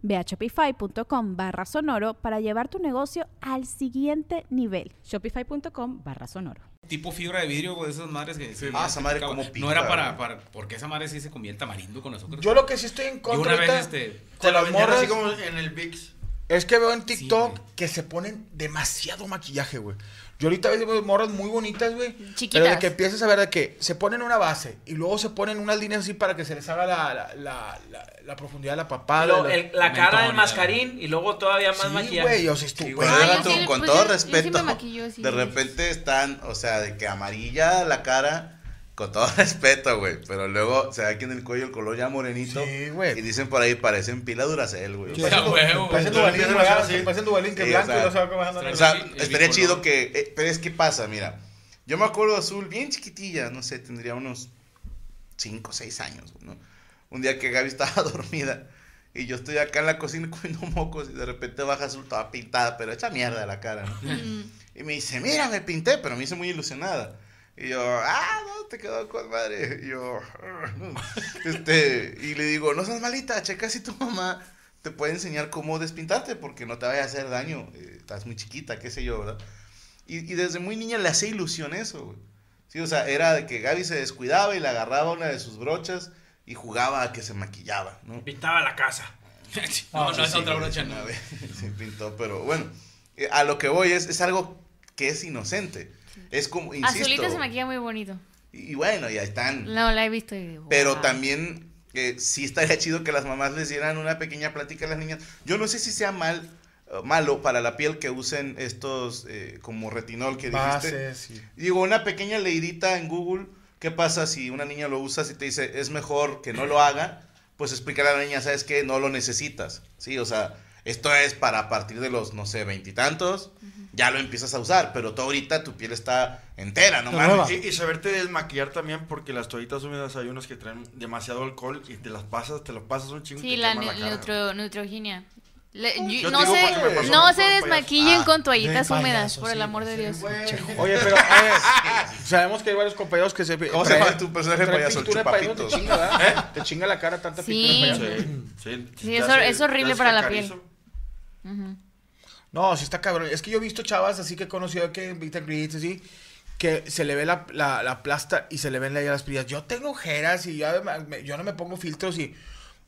Ve a shopify.com barra sonoro para llevar tu negocio al siguiente nivel. Shopify.com barra sonoro. Tipo fibra de vidrio con esas madres que... Sí, ah, esa madre como pica, No era para, para... Porque esa madre sí se comía el tamarindo con azúcar. Yo lo que sí estoy en Y contra una vez ahorita este... Te con las la vendían así morras como en el VIX. es que veo en TikTok güey. que se ponen demasiado maquillaje, güey. Yo ahorita veo morras muy bonitas, güey. Chiquitas. Pero de que empiezas a ver de que se ponen una base y luego se ponen unas líneas así para que se les haga la, la, la, la- la profundidad de la papada. Lo- la- el- la mentón, cara del ya. mascarín y luego todavía más Sí, maquillaje. güey, o sea, Sí, estúpido. güey, Ah, deja yo tú, sí, con pues todo yo- yo sí me respeto. maquillo, sí. De repente están, o sea, de que amarilla la cara, con todo respeto, güey. Pero luego se ve aquí en el cuello el color ya morenito. Sí, güey. Y dicen por ahí, parecen pila duracel, güey. Sí, a huevo. Parece Entonces Duvalín, empiezan güey, a hacer así. parece Duvalín que Sí, es blanco o y sea, lo se va bajando. extraño. O sea, El bicolor. estaría chido que. eh, pero es que pasa, mira. Yo me acuerdo de azul bien chiquitilla, no sé, tendría unos 5 o 6 años, ¿no? Un día que Gaby estaba dormida y yo estoy acá en la cocina comiendo mocos y de repente baja azul toda pintada, pero hecha mierda la cara, ¿no? Mm. Y me dice, mira, me pinté, pero me hice muy ilusionada. Y yo, ah, no, te quedó con madre. Y yo, este, y le digo, no seas malita, checa si tu mamá te puede enseñar cómo despintarte, porque no te vaya a hacer daño. eh, estás muy chiquita, qué sé yo, ¿verdad? Y, y desde muy niña le hacía ilusión eso, güey. Sí, o sea, era de que Gaby se descuidaba y le agarraba una de sus brochas y jugaba a que se maquillaba, ¿no? Pintaba la casa. No, no, Sí, es otra sí, brocha, sí, no. una vez Se pintó, pero bueno, eh, a lo que voy es, es algo que es inocente. Es como, insisto. Azulita se maquilla muy bonito. Y, y bueno, ya están. No, la he visto y digo, Pero "Wow". también eh, sí estaría chido que las mamás les dieran una pequeña plática a las niñas. Yo no sé si sea mal, eh, malo para la piel que usen estos eh, como retinol que dijiste. Bases y- Digo, una pequeña leidita en Google, ¿qué pasa si una niña lo usa y te dice, es mejor que no lo haga? Pues explicarle a la niña, ¿sabes qué? No lo necesitas, ¿sí? O sea, esto es para a partir de los, no sé, veintitantos, ya lo empiezas a usar, pero tú ahorita tu piel está entera, no Está mames. nueva. Sí, Y, y saberte desmaquillar también porque las toallitas húmedas hay unos que traen demasiado alcohol y te las pasas, te las pasas un chingo. y Sí, te la, queman nu- cara. neutro- neutrogenia. Le- yo- Yo no te digo se, porque me pasó no con se un payaso. desmaquillen Ah, con toallitas de húmedas, payaso, por el sí, amor de Dios. Oye, pero, a ver, sabemos que hay varios compañeros que se. ¿Cómo se traen- llama tu personaje de traen payaso? ¿Eh? El pintura de payaso, Chupapito. Te chinga, ¿verdad? Te chinga la cara tanta Sí. pintura de payaso. Sí, sí, Sí, te es hor- hace- es horrible te hace para la cacarizo. piel. Ujú. No, sí está cabrón. Es que yo he visto chavas así que he conocido que en Victor Creed, así, que se le ve la, la, la plasta y se le ven ahí las pillas. Yo tengo ojeras y ya me- me- yo no me pongo filtros y.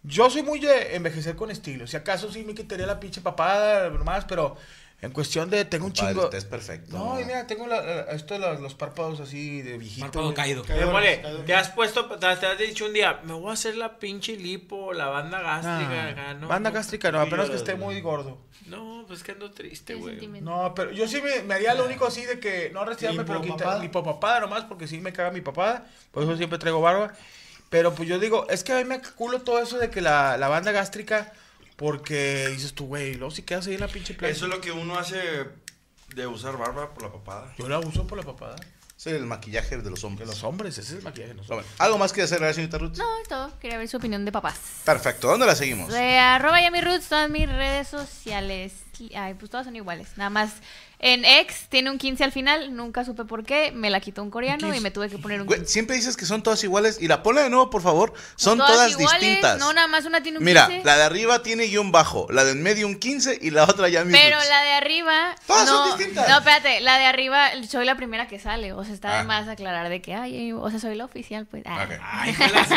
Yo soy muy de envejecer con estilo. Si acaso sí me quitaría la pinche papada, nomás, pero en cuestión de tengo un Compadre, chingo. usted es perfecto. No, y mira, tengo la- la- esto, la- los párpados así de viejito. Párpado güey. caído. Eh, Caído, mole, caído. te has puesto, te has, te has dicho un día, me voy a hacer la pinche lipo, la banda gástrica. acá, Ah, no, Banda no, gástrica, no, apenas que esté muy gordo. No, pues que ando triste, Qué güey. sentimiento. No, pero yo sí me, me haría lo único así de que no retirarme, pero quitar ¿Lipopapada? mi papada nomás, porque sí me caga mi papada, por eso siempre traigo barba. Pero pues yo digo, es que a mí me culo todo eso de que la, la banda gástrica, porque dices tú, güey, luego si quedas ahí en la pinche playa. Eso es lo que uno hace de usar barba por la papada. Yo la uso por la papada. Soy el maquillaje de los De hombres. los hombres, ese es el maquillaje. de los Pero hombres. bueno, ¿Algo más que hacer, ¿verdad, señorita Ruth? No, es todo. Quería ver su opinión de papás. Perfecto, ¿dónde la seguimos? De arroba yamiroots, todas mis redes sociales. Ay, pues todas son iguales. Nada más en ex tiene un 15 al final. Nunca supe por qué. Me la quitó un coreano y me tuve que poner un Güey, 15. siempre dices que son todas iguales y la ponla de nuevo, por favor. Son todas, iguales, distintas. No, nada más una tiene un Mira, 15. la de arriba tiene guión bajo, la de en medio un 15 y la otra ya mismo. Pero la de arriba. Todas no, son distintas. No, espérate, la de arriba soy la primera que sale. O sea, está Ah. de más aclarar de que, ay, eh, o sea, soy la oficial, pues. ah. Ay, jala, sí.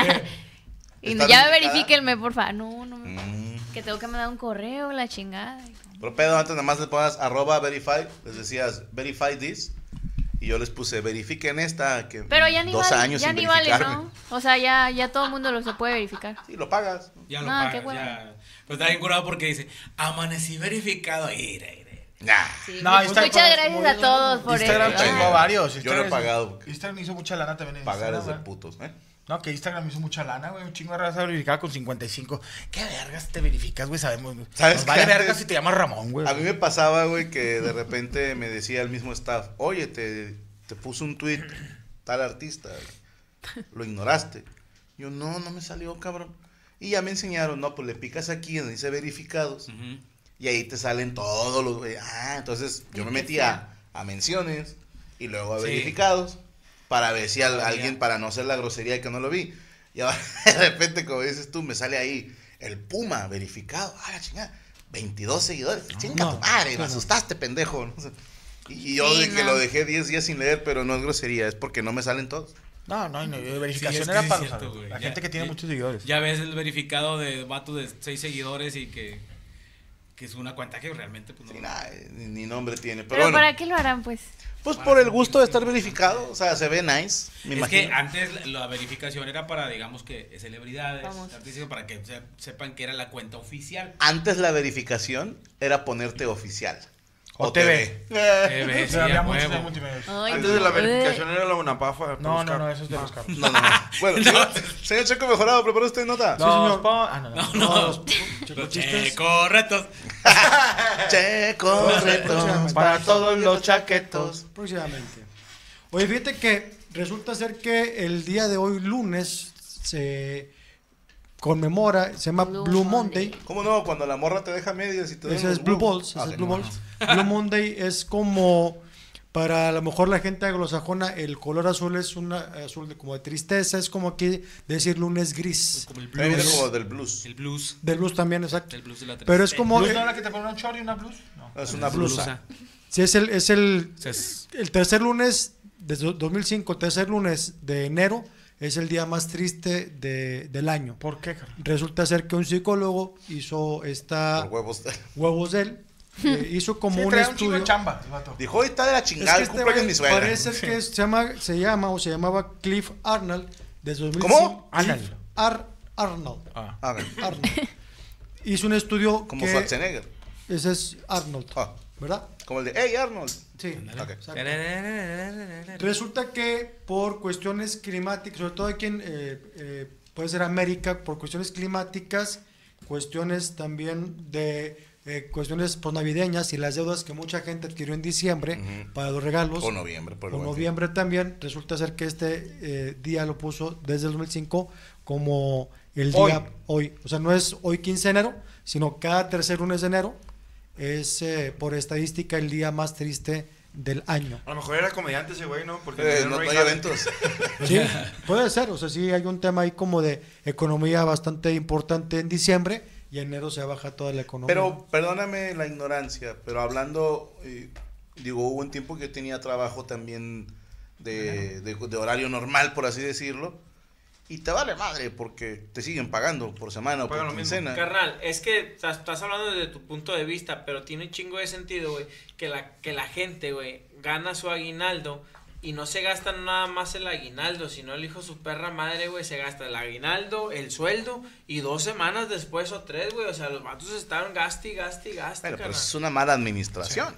Y ¿Está ya verificada? verifíquenme, porfa. No, no me. Mm. Que tengo que mandar un correo, la chingada. Pero pedo, antes nada más le pones arroba verify, les decías verify this. Y Y yo les puse, verifiquen esta, que Pero ya ni dos vale, años ya sin ni vale, verificarme. ¿no? O sea, ya, ya todo el mundo lo se puede verificar. Sí, lo pagas. Ya lo Ah, qué pagas, bueno. ya. Pero está bien curado porque dice, amanecí verificado. Ira, ira. Nah, Sí, No, mu- ahí está, muchas como- gracias como- a todos por Instagram eso. chingó a varios. Yo Instagram no he hizo- pagado. Instagram hizo mucha lana también en pagar es de Instagram, ¿verdad? putos, ¿eh? No, que Instagram hizo mucha lana, güey. Un chingo de raza verificada con 55. ¿Qué vergas te verificas, güey? Sabemos. güey. ¿Sabes Nos qué? Vale Antes- vergas si te llamas Ramón, güey. A mí me pasaba, güey, que de repente me decía el mismo staff, oye, te, te puso un tweet tal artista, lo ignoraste. Yo, no, no me salió, cabrón. Y ya me enseñaron, no, pues le picas aquí donde dice verificados Ujú. y ahí te salen todos los, güey. Ah, entonces yo me metí a, a menciones y luego a Sí. verificados para ver si al- Ah, alguien, ya. para no hacer la grosería que no lo vi. Y ahora de repente, como dices tú, me sale ahí el Puma verificado. Ah, la chingada. 22 seguidores. Chinga tu madre, me asustaste, Este pendejo. No sé. Y y yo Sí, de que no. lo dejé 10 días sin leer, pero no es grosería, es porque no me salen todos. No, no, no, yo Sí, verificación es que era sí es para los- cierto, güey. la Ya- gente que tiene ya- muchos seguidores. Ya ves el verificado de vato de seis seguidores y que, que es una cuenta que realmente pues, Sí, no- nada, eh, ni, ni nombre tiene. Pero, Pero bueno, ¿para qué lo harán, pues? pues por el gusto de estar verificado, o sea, se ve nice. Me es imagino. que antes la- la verificación era para, digamos que celebridades, Vamos. artistas, para que se- sepan que era la cuenta oficial. Antes la verificación era ponerte oficial. O TV. Eh, Eh, Pero sí, había a muchos de huevo. multimedios. Ay, Antes de la eh, verificación era la unapafa. No, no, buscar. no, eso es de los carros. No, no, no. Bueno, señor, señor Checo Mejorado, ¿preparó usted nota? Los po- Ah, no, no. No, Los po- Los chistes. correctos. Checo Retos. Para todos los chaquetos. Próximamente. Oye, fíjate que resulta ser que el día de hoy, lunes, se conmemora, se llama Blue Blue, Monday. Monday. ¿Cómo no? Cuando la morra te deja medias y te dan Ese los es Blue huevos. Balls. ese Ah, es Blue no. Balls. Blue Monday es como para a lo mejor la gente anglosajona, el color azul es una azul de, como de tristeza, es como aquí decir lunes gris. Como el Ahí viene como blues. del blues. El blues. De luz también, exacto. El blues de la Pero es tristeza. como ¿Blues eh, no era la que te ponen un short y una blues? No. Es una blusa. sí, es el es el O sea, es- el tercer lunes de do- 2005, tercer lunes de enero es el día más triste de- del año. ¿Por qué, carnal? Resulta ser que un psicólogo hizo esta Por huevos. huevos de él, eh, hizo como Sí, un traía un chingo estudio. de chamba, el vato. Dijo, hoy está de la Es chingada, que el este cumpleaños de güey mi suegra. parece que se llama, se llama o se llamaba Cliff Arnold desde 2005. ¿Cómo? Cliff Arnold. Ar- Arnold. Ah, ok. Arnold. Hizo un estudio Como que- Schwarzenegger. Ese es Arnold, Ah. ¿verdad? Como el de, hey Arnold. Sí. Ok. exacto. Resulta que por cuestiones climáticas, sobre todo aquí en, eh, eh, puede ser América, por cuestiones climáticas, cuestiones también de eh, cuestiones posnavideñas y las deudas que mucha gente adquirió en diciembre Ujú. para los regalos. O noviembre, por el o buen fin. noviembre también, resulta ser que este eh, día lo puso desde el 2005 como el día hoy. O sea, no es hoy 15 de enero, sino cada tercer lunes de enero es eh, por estadística el día más triste del año. A lo mejor era comediante ese güey, ¿no? Porque Eh, en no enero hay jale. eventos. Sí, puede ser, o sea, sí hay un tema ahí como de economía bastante importante en diciembre y en enero se baja toda la economía. Pero perdóname la ignorancia, pero hablando, eh, digo, hubo un tiempo que yo tenía trabajo también de, de- de horario normal, por así decirlo, y te vale madre porque te siguen pagando por semana o Pagan por lo mismo. quincena. Carnal, es que estás, estás hablando desde tu punto de vista, pero tiene un chingo de sentido, güey, que la, que la gente, güey, gana su aguinaldo y no se gastan nada más el aguinaldo, sino el hijo de su perra madre, güey, se gasta el aguinaldo, el sueldo y dos semanas después o tres, güey, o sea, los matos estaban gaste y gaste y gaste, Bueno, pero pues, carnal. es una mala administración.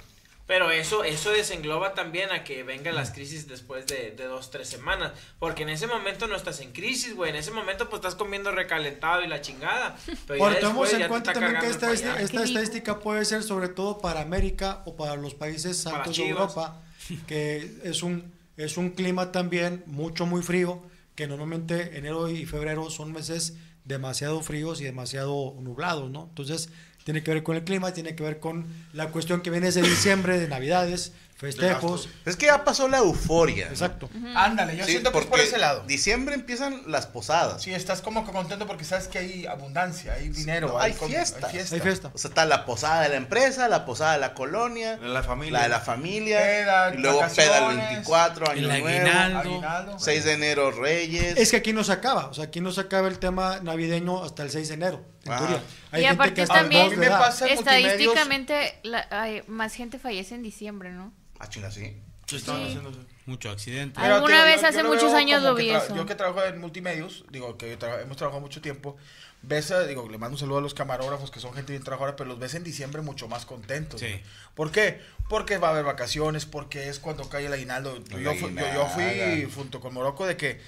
Pero eso, eso desengloba también a que vengan las crisis después de, de dos, tres semanas. Porque en ese momento no estás en crisis, güey. En ese momento pues estás comiendo recalentado y la chingada. Pero Ahora, ya tomemos después ya en te cuenta está también que cargando esta, el payaso. esta estadística puede ser sobre todo para América o para los países Para altos de Chivas. Europa, que es un, es un clima también mucho, muy frío, que normalmente enero y febrero son meses demasiado fríos y demasiado nublados, ¿no? Entonces, tiene que ver con el clima, tiene que ver con la cuestión que viene desde diciembre, de Navidades, festejos. Es que ya pasó la euforia. ¿no? Exacto. Ándale, yo Sí, siento que es por porque ese lado. Diciembre empiezan las posadas. Sí, estás como que contento porque sabes que hay abundancia, hay dinero, no, hay com- fiestas. Hay fiesta. O sea, está la posada de la empresa, la posada de la colonia, En la familia. la de la familia, Peda, y luego peda el vacaciones, 24, año el nuevo, aguinaldo. Aguinaldo. 6 de enero Reyes. Es que aquí no se acaba, o sea, aquí no se acaba el tema navideño hasta el 6 de enero, en Ah. teoría. Y aparte hasta también- el 2 de A mí me edad. pasa- Multimedios- Estadísticamente, la- ay, más gente fallece en diciembre, ¿no? Ah, chinga, sí. Sí, estaban haciendo eso. Mucho accidente. Alguna Pero, vez hace lo muchos veo años como lo que vi tra- eso. Yo que trabajo en multimedios, digo, que tra- hemos trabajado mucho tiempo, ves, a- digo, le mando un saludo a los camarógrafos que son gente bien trabajadora, pero los ves en diciembre mucho más contentos. Sí. güey. ¿Por qué? Porque va a haber vacaciones, porque es cuando cae el aguinaldo. Yo, El fu- yo- yo fui aguinaldo. junto con Morocco de que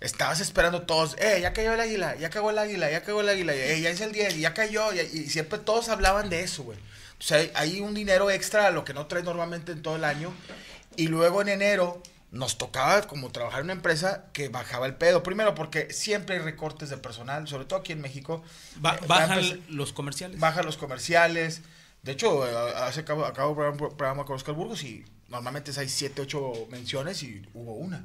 estabas esperando todos, eh, ya cayó el águila, ya cagó el águila, ya cagó el águila, eh, ya hice el 10, ya cayó, y, y siempre todos hablaban de eso, güey. O sea, hay, hay un dinero extra a lo que no traes normalmente en todo el año. Y luego en enero nos tocaba como trabajar en una empresa que bajaba el pedo. Primero porque siempre hay recortes de personal, sobre todo aquí en México. Ba- Eh, va a bajan empezar- los comerciales. baja los comerciales. De hecho, eh, hace acabo, acabo de programar un pro- programa con Oscar Burgos y normalmente hay 7, 8 menciones y hubo una.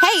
Hey,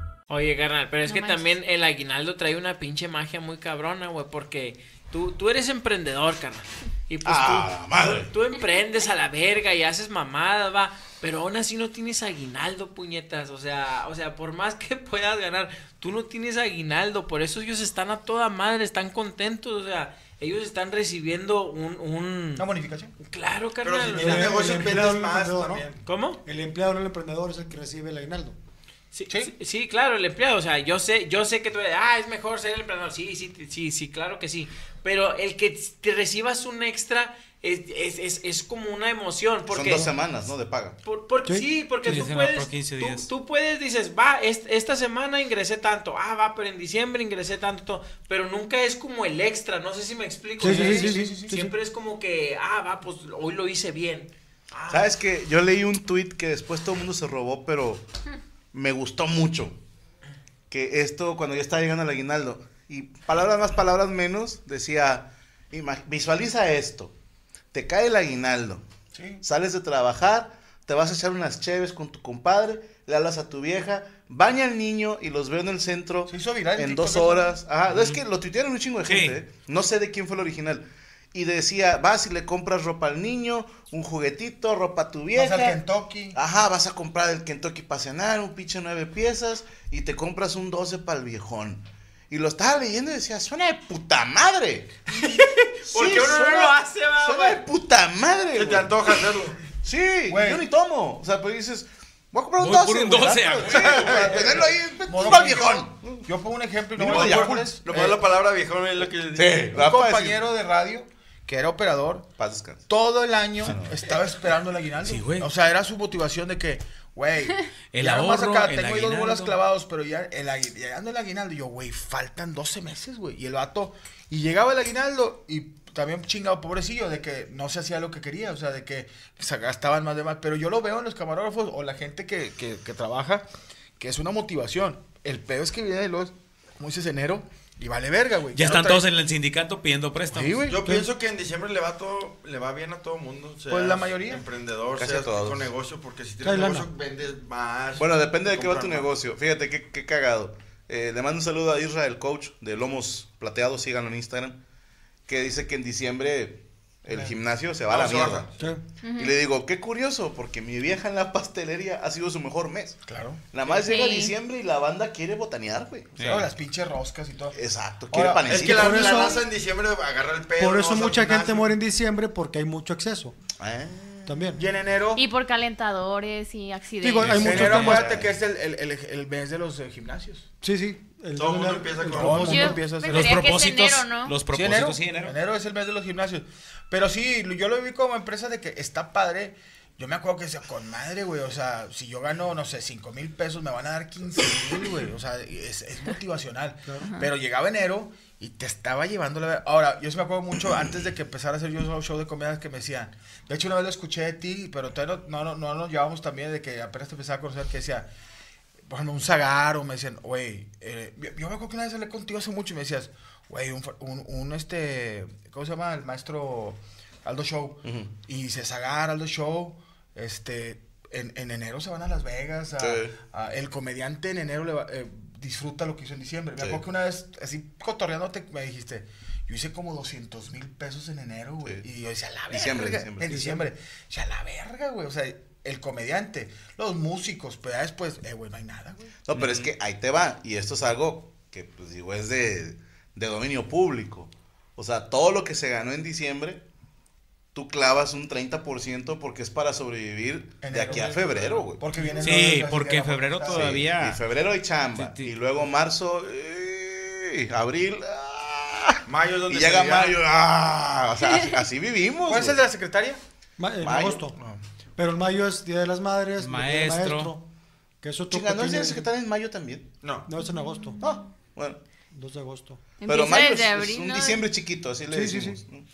Oye, carnal, pero es No que manches. también el aguinaldo trae una pinche magia muy cabrona, güey, porque tú, tú eres emprendedor, carnal. Y pues Ah, tú, madre. tú emprendes a la verga y haces mamada, va. Pero aún así no tienes aguinaldo, puñetas. O sea, o sea, por más que puedas ganar, tú no tienes aguinaldo. Por eso ellos están a toda madre, están contentos. O sea, ellos están recibiendo un... un... Una bonificación. Claro, Pero carnal. si o tienes sea, el negocios, empleado vendes no más empleó, ¿no? también. ¿Cómo? El empleado, no el emprendedor, es el que recibe el aguinaldo. Sí, Sí. sí, sí, claro, el empleado, o sea, yo sé, yo sé que tú, ah, es mejor ser el emprendedor, sí, sí, sí, sí, claro que sí, pero el que te recibas un extra es, es, es, es como una emoción, Son porque... dos semanas, ¿no? De paga. por- por- sí. Sí. porque Sí, tú dicen, ah, puedes, por 15 tú, días. tú puedes, dices, va, es- esta semana ingresé tanto, ah, va, pero en diciembre ingresé tanto, pero nunca es como el extra, no sé si me explico, Sí, o sea, sí, es- sí, sí, sí, sí, sí. siempre es como que, ah, va, pues hoy lo hice bien. Ah, ¿Sabes que Yo leí un tuit que después todo el mundo se robó, pero me gustó mucho. Que esto, cuando ya estaba llegando al aguinaldo, y palabras más, palabras menos, decía, "Ima- visualiza esto. Te cae el aguinaldo, sales de trabajar, te vas a echar unas cheves con tu compadre, le hablas a tu vieja, baña al niño y los veo en el centro Se hizo viral en en TikTok dos eso. horas. Ajá, es que lo tuitearon un chingo de Sí. gente, ¿eh? No sé de quién fue el original. Y decía, vas y le compras ropa al niño, un juguetito, ropa a tu vieja. Vas al Kentucky. Ajá, vas a comprar el Kentucky para cenar, un pinche nueve piezas, y te compras un 12 para el viejón. Y lo estaba leyendo y decía, suena de puta madre. Porque uno no lo hace, va, Suena güey. de puta madre, Se te güey. antoja hacerlo. Sí, Güey. yo ni tomo. O sea, pero dices, voy a comprar un Voy 12. por un ah, güey, 12, ¿verdad? a Sí, güey, tenerlo ahí, Morocco, para el yo- viejón. Yo, pongo un ejemplo y no Mínimo me de lo Hércules. acuerdes. Lo peor es la palabra viejón es lo que... Sí, Un Rafa compañero de radio que era operador, Paz descanse. todo el año estaba esperando el aguinaldo. Sí, güey. O sea, era su motivación de que, güey, El ya nomás ahorro, acá el tengo ahí dos aguinaldo. bolas clavados, pero ya el, agui- llegando el aguinaldo, y yo, güey, faltan 12 meses, güey. Y el vato, y llegaba el aguinaldo y también chingado, pobrecillo, de que no se hacía lo que quería, o sea, de que se gastaban más de más. Pero yo lo veo en los camarógrafos o la gente que, que, que trabaja, que es una motivación. El pedo es que viene de los, como dices, enero, y vale verga, güey. Ya no están traes- todos en el sindicato pidiendo préstamos. Sí, güey. Yo pienso que en diciembre le va todo, le va bien a todo mundo. seas Pues la mayoría. Emprendedor, Casi seas a todos. con negocio, porque si tienes Trae lana. negocio vendes más. Bueno, depende de qué va compras tu más. negocio. Fíjate qué, qué cagado. Eh, le mando un saludo a Israel Coach de Lomos Plateados, síganlo en Instagram, que dice que en diciembre el gimnasio se va a la No, se mierda. baja. Y le digo, qué curioso, porque mi vieja en la pastelería ha sido su mejor mes. Claro. Nada más Sí. llega diciembre y la banda quiere botanear, güey. O O sea, sea, las pinches roscas y todo. Exacto, Ahora, quiere Es es panecito. que la, Por la eso- raza en diciembre agarra el pedo. Por eso no vas al mucha gente gimnasio. muere en diciembre porque hay mucho exceso Ah. también. Y en enero. Y por calentadores y accidentes. Digo, hay en muchos enero, temas. acuérdate que es el, el, el, el mes de los eh, gimnasios. Sí, sí. El Todo el- mundo empieza con- propósito. Todo Yo mundo empieza a hacer- Los pensaría que es propósitos, enero, ¿no? los Sí, propósitos, sí, enero. Enero es el mes de los gimnasios. Pero sí, lo- yo lo vi como empresa de que está padre. Yo me acuerdo que decía, con madre, güey, o sea, si yo gano, no sé, 5 mil pesos, me van a dar 15 mil, güey, o sea, es, es motivacional. Ajá. Pero llegaba enero y te estaba llevando la... ver- Ahora, yo se me acuerdo mucho antes de que empezara a hacer yo un show de comidas que me decían, de hecho una vez lo escuché de ti, pero todavía no, no, no, no nos llevábamos también de que apenas te empezaba a conocer, que decía, por ejemplo, un sagaro, me decían, güey, eh, yo, yo me acuerdo que una vez hablé contigo hace mucho y me decías, güey, un, fa- un, un, este, ¿cómo se llama? El maestro Aldo Show. Y se sagara Aldo Show, este, en, en enero se van a Las Vegas, a- Sí. a- el comediante en enero le va- eh, disfruta lo que hizo en diciembre. Me Sí. acuerdo que una vez, así cotorreándote, me dijiste, yo hice como 200 mil pesos en enero, güey. Y yo decía, "A la verga. Diciembre, diciembre. En diciembre. O sea, la verga, güey. O sea, el comediante, los músicos, pero ya después, eh, güey, no hay nada, güey. No, pero es que ahí te va. Y esto es algo que, pues digo, es de, de dominio público. O sea, todo lo que se ganó en diciembre, tú clavas un 30% porque es para sobrevivir de aquí a febrero, güey. Porque viene Sí, porque en febrero todavía. Y febrero hay chamba. Y luego marzo, eh, abril. ah. mayo es donde Y se llega llega. mayo. ah, o sea, así, así vivimos. ¿Cuál es el de la secretaria? Ma- en Mayo. agosto. Pero el mayo es Día de las Madres, Día del Maestro. Que eso otro Chinga, ¿no es el pequeño- de secretaria en mayo también? No. No, es en agosto. Ah, bueno. 2 de agosto. Pero más mayo es, es un diciembre chiquito, así le Sí, sí, decimos. ¿no?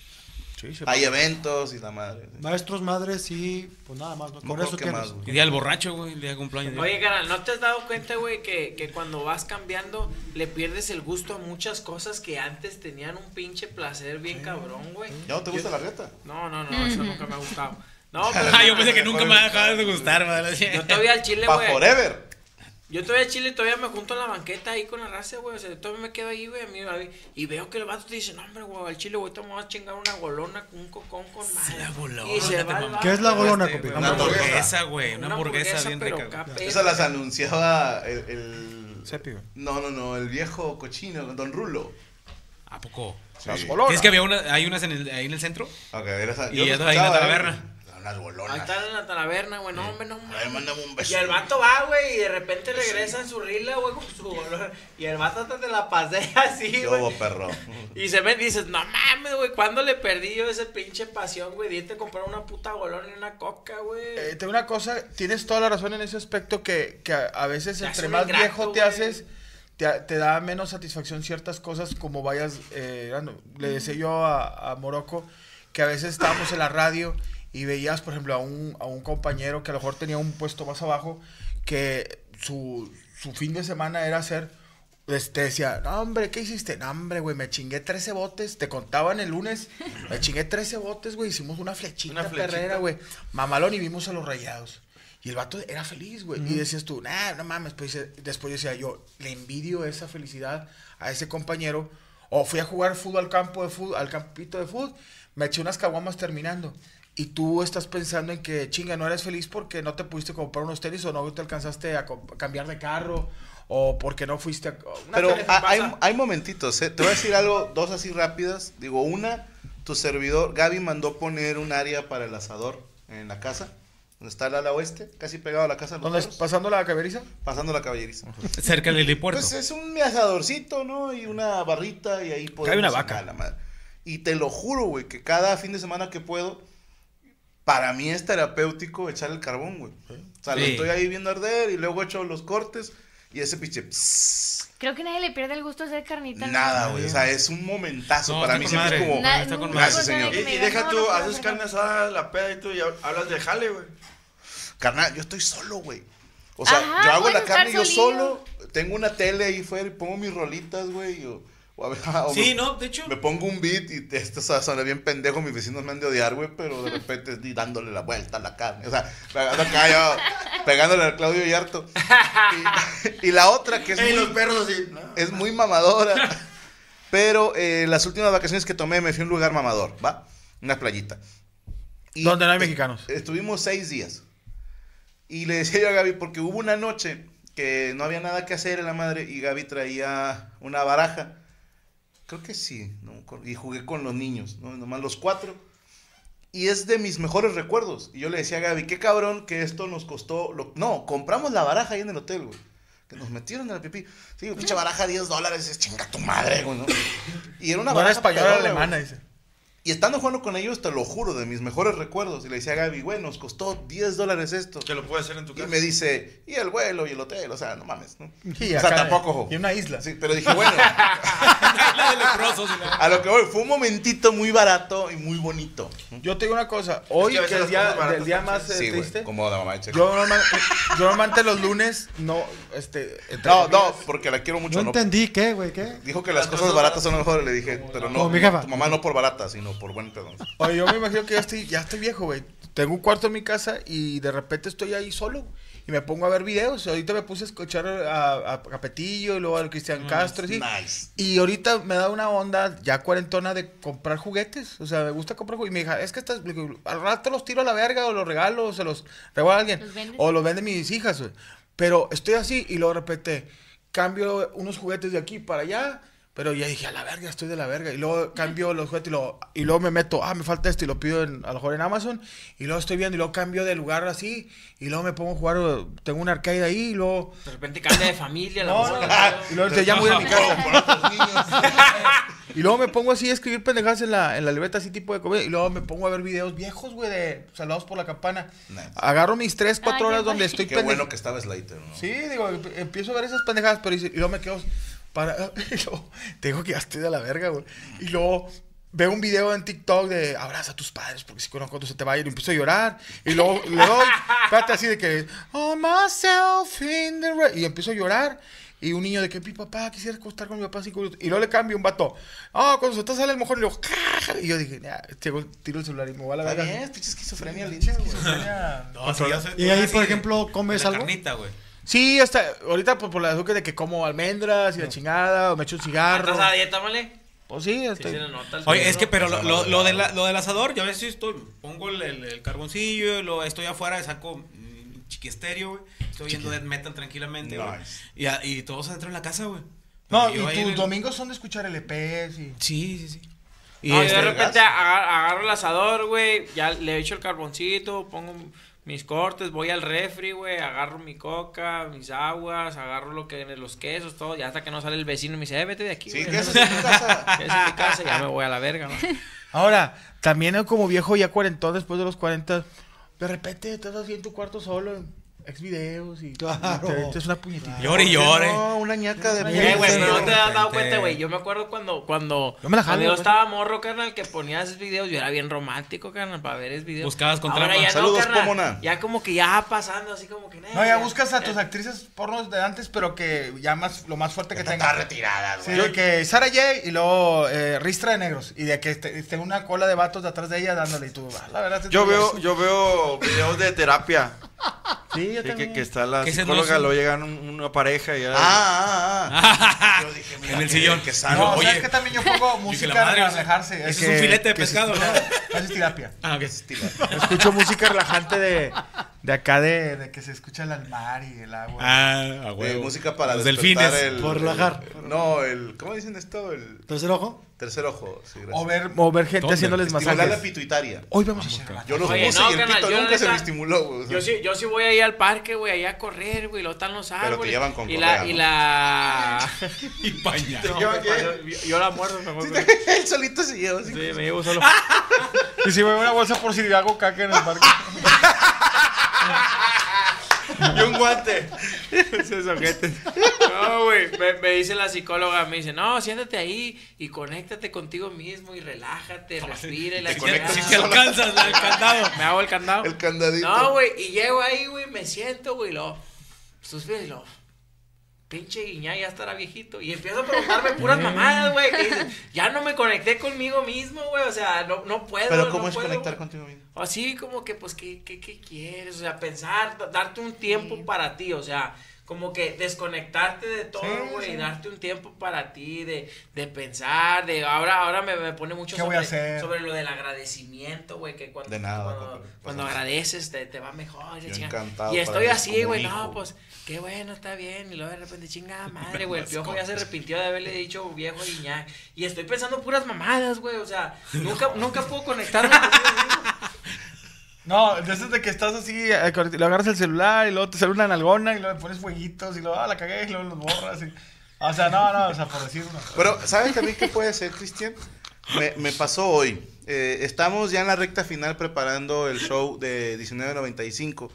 sí. Hay eventos y la madre. Maestros, madres y pues nada más. ¿no? Con eso tienes. Y día del borracho, güey, el día del cumpleaños. de- Oye, canal, ¿no te has dado cuenta, güey, que, que cuando vas cambiando le pierdes el gusto a muchas cosas que antes tenían un pinche placer bien cabrón, güey? ¿Ya no te gusta Yo- la reta? No, no, no, eso nunca me ha gustado. No, pues, Ah, yo pensé que nunca me dejaba de gustar, madre. Yo todavía al chile, Pa' güey. forever. Yo todavía al chile, todavía me junto en la banqueta ahí con la raza, güey. O sea, yo todavía me quedo ahí, güey. a mí- a mí- Y veo que el vato te dice, no, hombre, güey, al chile, güey, te vamos a chingar una golona con un cocón con madre. La golona. Y se te va el este, mamaste, ¿Qué es la golona, güey. compi? Una Una hamburguesa. hamburguesa, güey. Una Una hamburguesa hamburguesa, bien pero rica. acá, Esa las anunciaba el. el... No, no, no, el viejo cochino, Don Rulo. ¿A poco? Sí. Las Sí. golonas. Es que había una, hay unas en el, ahí en el centro. Ok, era esa- Y yo ya lo estaba ahí en la escuchaba, taberna. eh, Unas Ahí bolonas. está en la taberna, güey. No, hombre, no, hombre. mándame un beso. Y el vato va, güey, y de repente regresa en su rila, güey, con su olor. Y el vato hasta te la pasea así, Yo, güey. perro. Y se me dices, no mames, güey, ¿cuándo le perdí yo esa pinche pasión, güey? Diste a comprar una puta golona y una coca, güey. Eh, te digo una cosa, tienes toda la razón en ese aspecto que, que a, a veces Te entre hace un más ingrato, viejo te güey. haces, te, te da menos satisfacción ciertas cosas como vayas, eh, dando. le decía yo a, a Morocco que a veces estábamos en la radio y veías, por ejemplo, a un, a un compañero que a lo mejor tenía un puesto más abajo, que su, su fin de semana era hacer este, decía, no, hombre, ¿qué hiciste? No, hombre, güey, me chingué 13 botes. Te contaban el lunes, me chingué 13 botes, güey. Hicimos una flechita, Una flechita. perrera, güey. Mamalón y vimos a los rayados. Y el vato era feliz, güey. Y decías tú, nah, no mames. Pues, dice- después decía yo, le envidio esa felicidad a ese compañero. O fui a jugar fútbol al campo de fútbol, al campito de fútbol. Me eché unas caguamas terminando. Y tú estás pensando en que, chinga, no eres feliz porque no te pudiste comprar unos tenis o no te alcanzaste a comp- cambiar de carro o porque no fuiste a... una Pero pendeja ha- pasa. hay, hay momentitos, ¿eh? Te voy a decir algo, dos así rápidas. Digo, una, tu servidor, Gaby mandó poner un área para el asador en la casa, donde está el ala oeste, casi pegado a la casa. de los ¿Dónde es? perros, ¿Pasando la caberiza? Pasando la caballeriza. Cerca del helipuerto. Pues es un asadorcito, ¿no? Y una barrita y ahí podemos... Cae una vaca. La madre. Y te lo juro, güey, que cada fin de semana que puedo, para mí es terapéutico echar el carbón, güey. O sea, lo Sí. estoy ahí viendo arder y luego echo los cortes y ese pinche... pss, Creo que nadie le pierde el gusto de hacer carnita. ¿no? Nada, güey. O sea, es un momentazo. No, Para está mí con siempre es madre. como. Na- Está con Gracias, madre. señor. Y, y deja tú, haces carne asada, la peda y tú, y hab- hablas de jale, güey. Carnal, yo estoy solo, güey. O sea, Ajá, yo hago bueno, la carne estar yo solillo. solo. Tengo una tele ahí fuera y pongo mis rolitas, güey. O, o a ver, o Sí, me- no, de hecho. Me pongo un beat y te- esto sa- suena bien pendejo. Mis vecinos me han de odiar, güey. Pero de repente estoy dándole la vuelta a la carne. O sea, ando acá yo pegándole al Claudio Yarto. Y, y la otra que es. Ey, muy- los perros así. es muy mamadora. Pero eh, las últimas vacaciones que tomé me fui a un lugar mamador, ¿va? Una playita. Donde no hay mexicanos. Estuvimos seis días. Y le decía yo a Gaby, porque hubo una noche que no había nada que hacer en la madre y Gaby traía una baraja. Creo que sí. no me acuerdo, Y jugué con los niños, ¿no? nomás los cuatro. Y es de mis mejores recuerdos. Y yo le decía a Gaby, qué cabrón que esto nos costó. lo- No, compramos la baraja ahí en el hotel, güey. Que nos metieron en la pipí. Sí, pinche baraja 10 dólares, es chinga tu madre, güey, ¿no? Y era una No era baraja española, pedorra, era alemana, güey. dice. Y estando jugando con ellos, te lo juro, de mis mejores recuerdos. Y le decía a Gaby, güey, nos costó 10 dólares esto. Que lo puede hacer en tu casa. Y me dice, y el vuelo, y el hotel, o sea, no mames, ¿no? Y o sea, acá- tampoco, ojo. Y una isla. Sí, pero dije, bueno. a lo que voy, fue un momentito muy barato y muy bonito. Yo te digo una cosa, hoy Es que a que, veces es las día, cosas baratas del día son más eh, chidas. Sí, güey, triste. como la mamá de Checo. Yo, normal- yo normalmente los lunes no, este, entre No, no, comillas, porque la quiero mucho. No entendí, ¿qué, güey? ¿Qué? Dijo que las cosas baratas son mejores, le dije, pero no. Como mi jefa. Tu mamá no por barata, sino por buen perdón. Oye, yo me imagino que ya estoy, ya estoy viejo, güey. Tengo un cuarto en mi casa y de repente estoy ahí solo y me pongo a ver videos. Ahorita me puse a escuchar a, a, a Petillo y luego a Cristian Mm, Castro. sí. Y ahorita me da una onda ya cuarentona de comprar juguetes. O sea, me gusta comprar juguetes. Y me hija, es que estas- le digo, al rato los tiro a la verga o los regalo o se los regalo a alguien. ¿Los vendes? o los venden mis hijas, güey. Pero estoy así y luego de repente cambio unos juguetes de aquí para allá. Pero ya dije, a la verga, estoy de la verga. Y luego cambio los juguetes y luego, y luego me meto, ah, me falta esto y lo pido en- a lo mejor en Amazon. Y luego estoy viendo y luego cambio de lugar así. Y luego me pongo a jugar, eh, tengo un arcade ahí y luego... De repente cambia de familia, la No, mujer, no, y luego te llamo a ir a mi casa. Y luego me pongo así a escribir pendejadas en la, en la libreta, así tipo de comida. Y luego me pongo a ver videos viejos, güey, de Salados por la Campana. Agarro mis 3, 4 horas donde estoy Qué pende- bueno que estaba Slater, ¿no? Sí, digo, emp- empiezo a ver esas pendejadas, pero dice- y luego me quedo para. Y luego, te digo que ya estoy de la verga, güey. Y luego veo un video en TikTok de abraza a tus padres porque si conozco se te va a ir y empiezo a llorar. Y luego le doy, espérate, así de que, oh, myself in the ra-" Y empiezo a llorar. Y un niño de que, mi papá, quisiera acostar con mi papá cinco minutos. Y luego le cambio un vato. Ah, cuando se te sale el mejor, y luego, "Ja". y yo dije, "Nah", tiro tiro el celular y me voy a la Está verga. bien, pinche esquizofrenia linda, güey. No, sí, ya sé. Y ahí, por ejemplo, comes algo. Sí, hasta ahorita pues, por la azúcar de que como almendras y la chingada, o me echo un cigarro. ¿Estás a dieta, mole? Pues sí, estoy. se le nota el Oye, pedo. es que, pero lo, lo, lo del- lo del asador, yo a veces estoy, pongo el, el- el carboncillo, lo, estoy afuera, saco mm, chiquisterio, güey. Estoy viendo Death Metal tranquilamente, güey. Y, a- y todos adentro en la casa, güey. No, Pero yo y ahí en tus el- domingos son de escuchar LPs y... Sí, sí, sí. Y No, yo este, de repente agar- agarro el asador, güey, ya le echo el carboncito, pongo mis cortes, voy al refri, güey, agarro mi coca, mis aguas, agarro lo que los quesos, todo, ya hasta que no sale el vecino y me dice, eh, vete de aquí, güey. quesos en tu casa. Quesos en mi casa, ya me voy a la verga, ¿no? Ahora, también eh, como viejo ya cuarentón, después de los cuarenta, de repente estás así en tu cuarto solo, en ex videos y... Claro. y te echas una puñetita. Llore y llore. Ah, No, una ñaca de... Eh, güey, pero no te has dado Gente. cuenta, güey. Yo me acuerdo cuando, cuando, Yo me la jalo, cuando yo güey. estaba morro, carnal, que ponías videos. Yo era bien romántico, carnal, para ver esos videos. Buscabas con Ahora trampa. ya no, Saludos, carnal, Pomona. Ya como que ya va pasando, así como que. No, ya buscas a tus actrices pornos de antes, pero que ya más, lo más fuerte que tengas. Está retirada, Sí, güey. de que Sara J y luego eh, Ristra de Negros. Y de que te- esté una cola de vatos de atrás de ella dándole. Y tú, ah, la verdad. Yo veo, yo veo videos de terapia. Sí, yo que, también. que está la Que ese no psicóloga, es un- luego llegan un- una pareja y ya- Ah, ah, ah. Yo dije, mira, En el qué- sillón. qué No, sano. ¿sabes que también yo pongo música la madre, para relajarse? ese es que- un filete de que se pescado, Ah, escucha- Esa es terapia. Escucho música relajante de, de acá, de, de que se escucha el almar y el agua. Ah, a huevo. Eh, música para Los despertar delfines. el- Por relajar. el- no, el. ¿Cómo dicen esto? El ¿Tercer ojo? tercer ojo. sí, gracias. O ver- o ver gente ¿Dónde? haciéndoles Estimular masajes. la pituitaria. Hoy vamos a hacer. Yo los Oye, puse no, y el carnal, pito yo nunca se neta- me estimuló, güey. o sea. Yo sí, yo sí voy ahí al parque, güey, allá a correr, güey, luego están los te árboles. llevan con y correa, la, y ¿no? la... Ah, y pañal. No, llevan güey, yo, yo la muerdo, me acuerdo. Él solito se lleva. Sí, me llevo solo. Y si veo una bolsa por si hago caca en el parque. y un guante. Esos ojetes. No, güey. Me, me dice la psicóloga, me dice, no, siéntate ahí y conéctate contigo mismo y relájate, respira y la Si te, chingada". si te alcanzas, la- el candado. Me hago el candado. El candadito. No, güey. Y llego ahí, güey, me siento, güey, lo. Suspiro y lo. Pinche guiñá ya estará viejito. Y empiezo a preguntarme puras mamadas, güey. que dices, Ya no me conecté conmigo mismo, güey. O sea, no, no puedo. Pero no ¿cómo es puedo, conectar güey. contigo mismo? Así como que, pues, ¿qué, qué, qué quieres? O sea, pensar, da- darte un tiempo para ti, o sea, como que desconectarte de todo, güey, y darte un tiempo para ti, de, de pensar, de ahora, ahora me, me pone mucho ¿Qué sobre, voy a hacer? sobre lo del agradecimiento, güey, que cuando, De nada, cuando, Pues papá, cuando pasa nada. agradeces te, te va mejor. Yo Y, chinga- encantado, y para mí estoy es así, como un güey, hijo. no, pues, qué bueno, está bien, y luego de repente, chingada madre, güey, el Las piojo ya se cosas. arrepintió de haberle dicho viejo y ñac, y estoy pensando puras mamadas, güey, o sea, nunca, nunca puedo conectarme conmigo mismo. No, entonces de que estás así, eh, con- le agarras el celular y luego te sale una nalgona y luego le pones fueguitos y luego, ah, la cagué y luego los borras. y- O sea, no, no, o sea, por decir uno. Pero, ¿sabes también qué puede ser, Cristian? Me, me pasó hoy. Eh, estamos ya en la recta final preparando el show de 1995.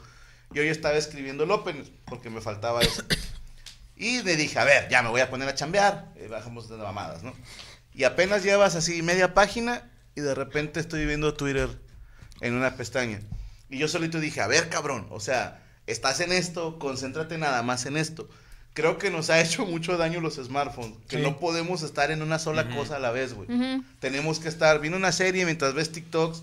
Y hoy estaba escribiendo el Open porque me faltaba eso. Y le dije, a ver, ya me voy a poner a chambear. Eh, bajamos de mamadas, ¿no? Y apenas llevas así media página y de repente estoy viendo Twitter en una pestaña. Y yo solito dije, a ver, cabrón, o sea, estás en esto, concéntrate nada más en esto. Creo que nos ha hecho mucho daño los smartphones, que Sí. no podemos estar en una sola Ujú. cosa a la vez, güey. Ujú. Tenemos que estar viendo una serie mientras ves TikToks.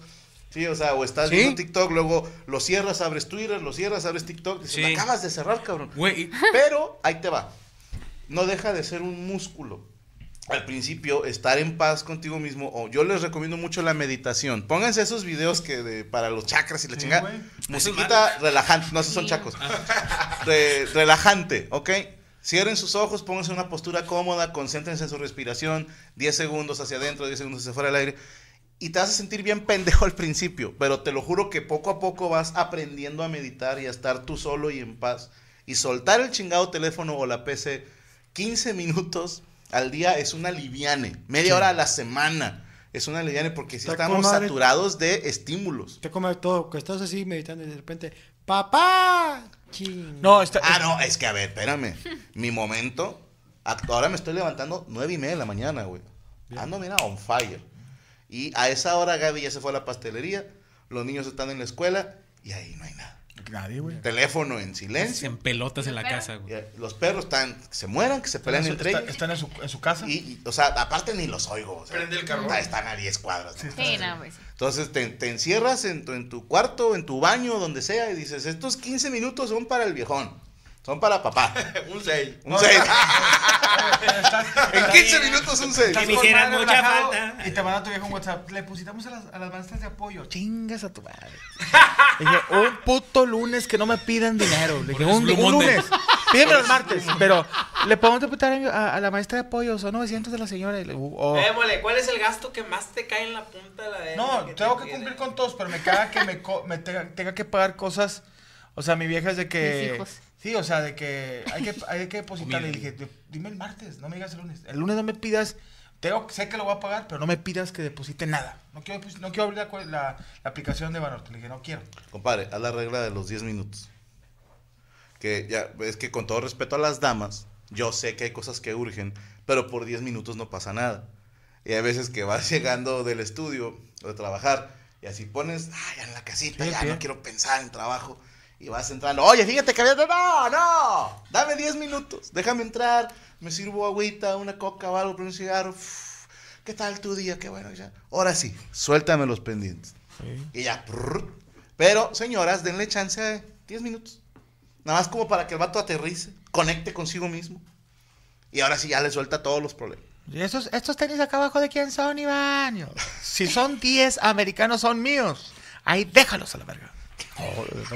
Sí, o sea, o estás Sí. viendo TikTok, luego lo cierras, abres Twitter, lo cierras, abres TikTok, y dices, Sí. "La acabas de cerrar, cabrón. Pero ahí te va. No deja de ser un músculo al principio estar en paz contigo mismo. O yo les recomiendo mucho la meditación. Pónganse esos videos que de- para los chakras y la chingada. Musiquita relajante. No, esos son chacos. Re- relajante, ¿ok? Cierren sus ojos, pónganse en una postura cómoda, concéntrense en su respiración. 10 segundos hacia adentro, 10 segundos hacia fuera del aire. Y te vas a sentir bien pendejo al principio, pero te lo juro que poco a poco vas aprendiendo a meditar y a estar tú solo y en paz. Y soltar el chingado teléfono o la PC 15 minutos al día es una liviane. Media hora a la semana es una liviane porque si Está estamos con madre. saturados de estímulos. Te come todo, que estás así meditando y de repente, ¡papá! Ching. No, está. Ah, no, es que a ver, espérame. Mi momento. act- Ahora me estoy levantando nueve y media de la mañana, güey. Ando, mira, on fire. Y a esa hora Gaby ya se fue a la pastelería. Los niños están en la escuela y ahí no hay nada. Nadie, güey. Teléfono en silencio. En pelotas en la casa, güey. Ya, Los perros están, que se mueran, que se Están en peleen su- entre está- ellos. están en su, en su casa. Y, y, o sea, aparte ni los oigo. o sea, Prende el carbón. está- Están a 10 cuadras. ¿no? Sí, no, güey, sí. Entonces te, te encierras en tu, en tu cuarto, en tu baño, donde sea, y dices, estos 15 minutos son para el viejón. Son para papá. un 6. Un seis. en 15 minutos un 6. Y te manda tu viejo un WhatsApp. Le pusitamos a las, a las bandas de apoyo. Chingas a tu madre. Le dije, un puto lunes que no me pidan dinero. Le dije, Porque es un, Blue un Monday. lunes. Pídeme los martes. Pero le podemos deputar a, a la maestra de apoyo. Son 900 de la señora. Y le- uh, oh. Eh, mole, ¿cuál es el gasto que más te cae en la punta de la de No, tengo que cumplir con todos, pero me caga que me, co- me tenga, tenga que pagar cosas. O sea, mi vieja es de Mis que. hijos. Sí, o sea, de que hay que, hay que depositarle. Y dije, dime el martes, no me digas el lunes. El lunes no me pidas. Tengo, sé que lo voy a pagar, pero no me pidas que deposite nada. No quiero, deposi- no quiero abrir la, cu- la- la aplicación de Banorte. Le dije, no quiero. Compadre, haz la regla de los 10 minutos. Que ya, es que con todo respeto a las damas, yo sé que hay cosas que urgen, pero por 10 minutos no pasa nada. Y hay veces que vas llegando del estudio o de trabajar y así pones, "Ah, ya en la casita, Sí, ya sí. no quiero pensar en trabajo. Y vas entrando, oye, fíjate que había... No, no, dame 10 minutos, déjame entrar, me sirvo agüita, una coca o algo, prendo un cigarro. Uf, ¿Qué tal tu día? Qué bueno, ya. Ahora sí, suéltame los pendientes. Y ya. prrr. Pero, señoras, denle chance de 10 minutos. Nada más como para que el vato aterrice, conecte consigo mismo. Y ahora sí ya le suelta todos los problemas. Y estos, estos tenis acá abajo de quién son, Iván. Y yo, Si son 10 americanos, son míos. Ahí déjalos a la verga.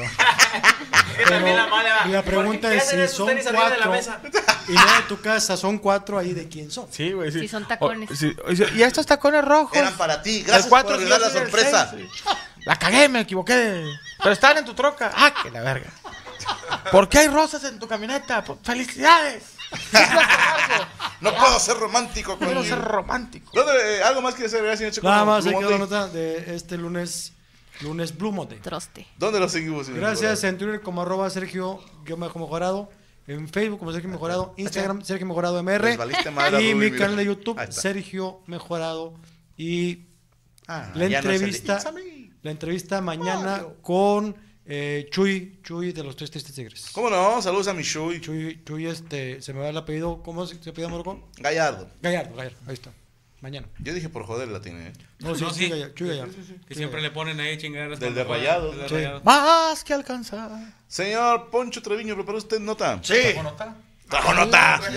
Que también la Pero mole va. la Porque, pregunta ¿qué es hacen si esos son tenis arriba de la cuatro mesa? y no de tu casa, son cuatro ahí de quién son. Sí, güey. Si son tacones. O- sí, o- sí, y estos tacones rojos. Eran para ti. Gracias El cuatro por arreglar yo la soy el sorpresa. seis, sí. La cagué, me equivoqué. de- Pero estaban en tu troca. Ah, que la verga. ¿Por qué hay rosas en tu camioneta? Pues, ¡Felicidades! No puedo ser romántico No quiero ser conmigo. romántico. ¿Dónde, eh, ¿Algo más que se vea, señor Checo? Nada más, Blue aquí la Monday. nota de este lunes, lunes Blue Monday. Troste. ¿Dónde lo seguimos? señor Gracias Colorado? en Twitter como arroba Sergio yo Bajo Mejorado, en Facebook como Sergio Mejorado, Instagram Sergio Mejorado MR Les valiste madre a y Rubí, mi mira. canal de YouTube Ahí está. Sergio Mejorado y Ah, la ya no se le- entrevista la entrevista Ah, mañana con eh, Chuy, Chuy de los Tres Tristes Tigres. ¿Cómo no? Saludos a mi Shui. Chuy, Chuy este, se me va el apellido, ¿cómo se, se apellida Morocco? Gallardo. Gallardo, Gallardo, ahí está. Mañana. Yo dije por joder la tiene. ¿eh? No, sí, No, Chuy sí. Gallardo. Chuy Gallardo. Que siempre le ponen ahí chingaderas. Del de cuando juegan, Rayados. del de Sí. Rayados. Más que alcanzar. Señor Poncho Treviño, ¿preparó usted nota? Sí. Trajo nota. Traje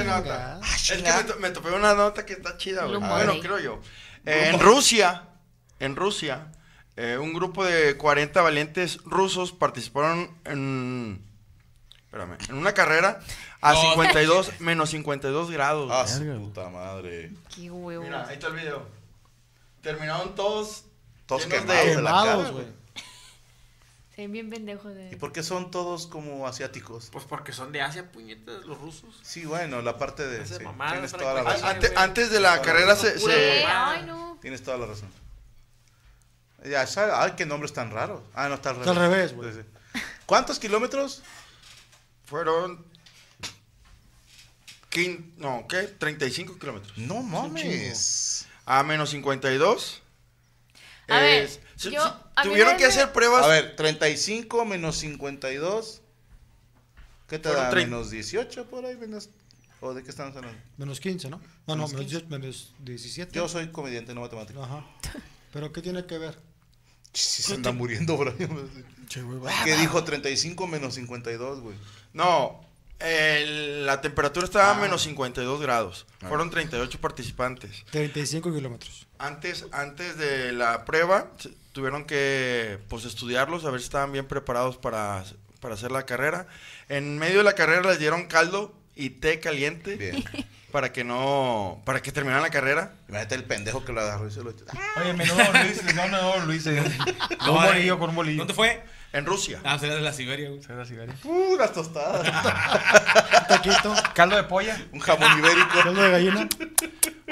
nota. Es que me, to- me topé una nota que está chida, güey. Blue Bueno, Monday. creo yo. Eh, en Monday. Rusia, en Rusia, eh, un grupo de 40 valientes rusos participaron en, espérame, en una carrera a No. 52 menos 52 grados. Ah, su puta madre. Qué huevo. Mira, ahí está el video. Terminaron todos Todos llenos quemados de la cara. Quemados, güey. güey. Se ven bien pendejos de. ¿Y por qué son todos como asiáticos? Pues porque son de Asia, puñetas, los rusos. Sí, bueno, la parte de... Esas sí, mamadas tienes para toda la An- cualquier- razón. ante- antes de la carrera se, ¿Qué? se- Ay, no. Tienes toda la razón. Ya, sabe- ay, qué nombres tan raros. Ah, no, está al revés. Está al revés, güey. Sí, sí. ¿Cuántos kilómetros? Fueron. quin- no, ¿qué? 35 kilómetros. No mames. A menos 52. A ver, eh, Es- sí, yo- sí, a mí tuvieron me- que hacer pruebas. A ver, 35 menos 52. ¿Qué te Fueron da? trein- ¿Menos 18 por ahí? Menos... ¿O de qué estamos hablando? Menos 15, ¿no? No, no, Menos menos, 10, menos 17. Yo soy comediante, no matemático. Ajá. ¿Pero qué tiene que ver? Sí, se anda muriendo, bro. ¿Qué dijo 35 menos 52, güey? No, el- la temperatura estaba a menos 52 grados. Fueron 38 participantes. 35 kilómetros. Antes, antes de la prueba se- tuvieron que pues estudiarlos, a ver si estaban bien preparados para, para hacer la carrera. En medio de la carrera les dieron caldo y té caliente para que no, para que terminaran la carrera. Imagínate el pendejo que lo agarró y se lo echó. Oye, menudo Luis, no, no, Luis. Ah, Con un bolillo, con un bolillo. ¿Dónde fue? En Rusia. Ah, será de la Siberia, güey. Será la Siberia. Puras tostadas. Taquito, Caldo de polla. Un jamón ibérico. caldo de gallina.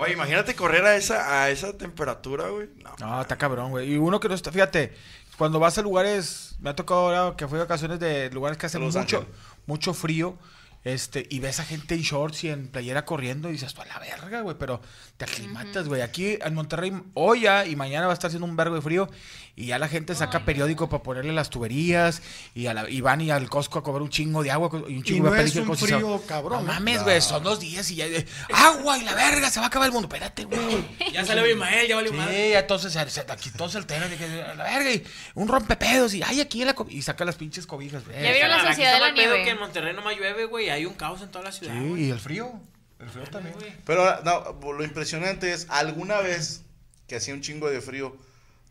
Oye, imagínate correr a esa, a esa temperatura, güey. No. No, está cabrón, güey. Y uno que no está, fíjate, cuando vas a lugares, me ha tocado ahora que fui a ocasiones de lugares que hacen Los mucho, Ángeles. mucho frío, este, y ves a gente en shorts y en playera corriendo y dices, "Tú a la verga, güey, pero te aclimatas, güey. Aquí en Monterrey, hoy ya y mañana va a estar haciendo un vergo de frío y ya la gente saca periódico para ponerle las tuberías y, a la, y van y al Costco a cobrar un chingo de agua co- y un chingo no de es película, un cosas y se- frío cabrón, No ¿no? mames, güey, son dos días y ya. Agua y la verga, se va a acabar el mundo. Espérate, güey. Ya salió Ismael, ya valió madre. Sí, ya entonces se, se la quitó el tema de que a la verga y un rompepedos y ay aquí en la co- y saca las pinches cobijas. güey. Ya vieron Ah, la Aquí sociedad de está la mal pedo nieve. que en Monterrey no más llueve, güey. Hay un caos en toda la ciudad, Sí, güey. y el frío, el frío también. Pero ahora, no, lo impresionante es, alguna vez que hacía un chingo de frío,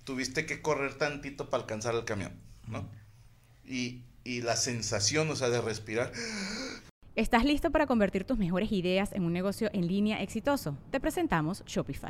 tuviste que correr tantito para alcanzar el camión, ¿no? Y, y la sensación, o sea, de respirar. ¿Estás listo para convertir tus mejores ideas en un negocio en línea exitoso? Te presentamos Shopify.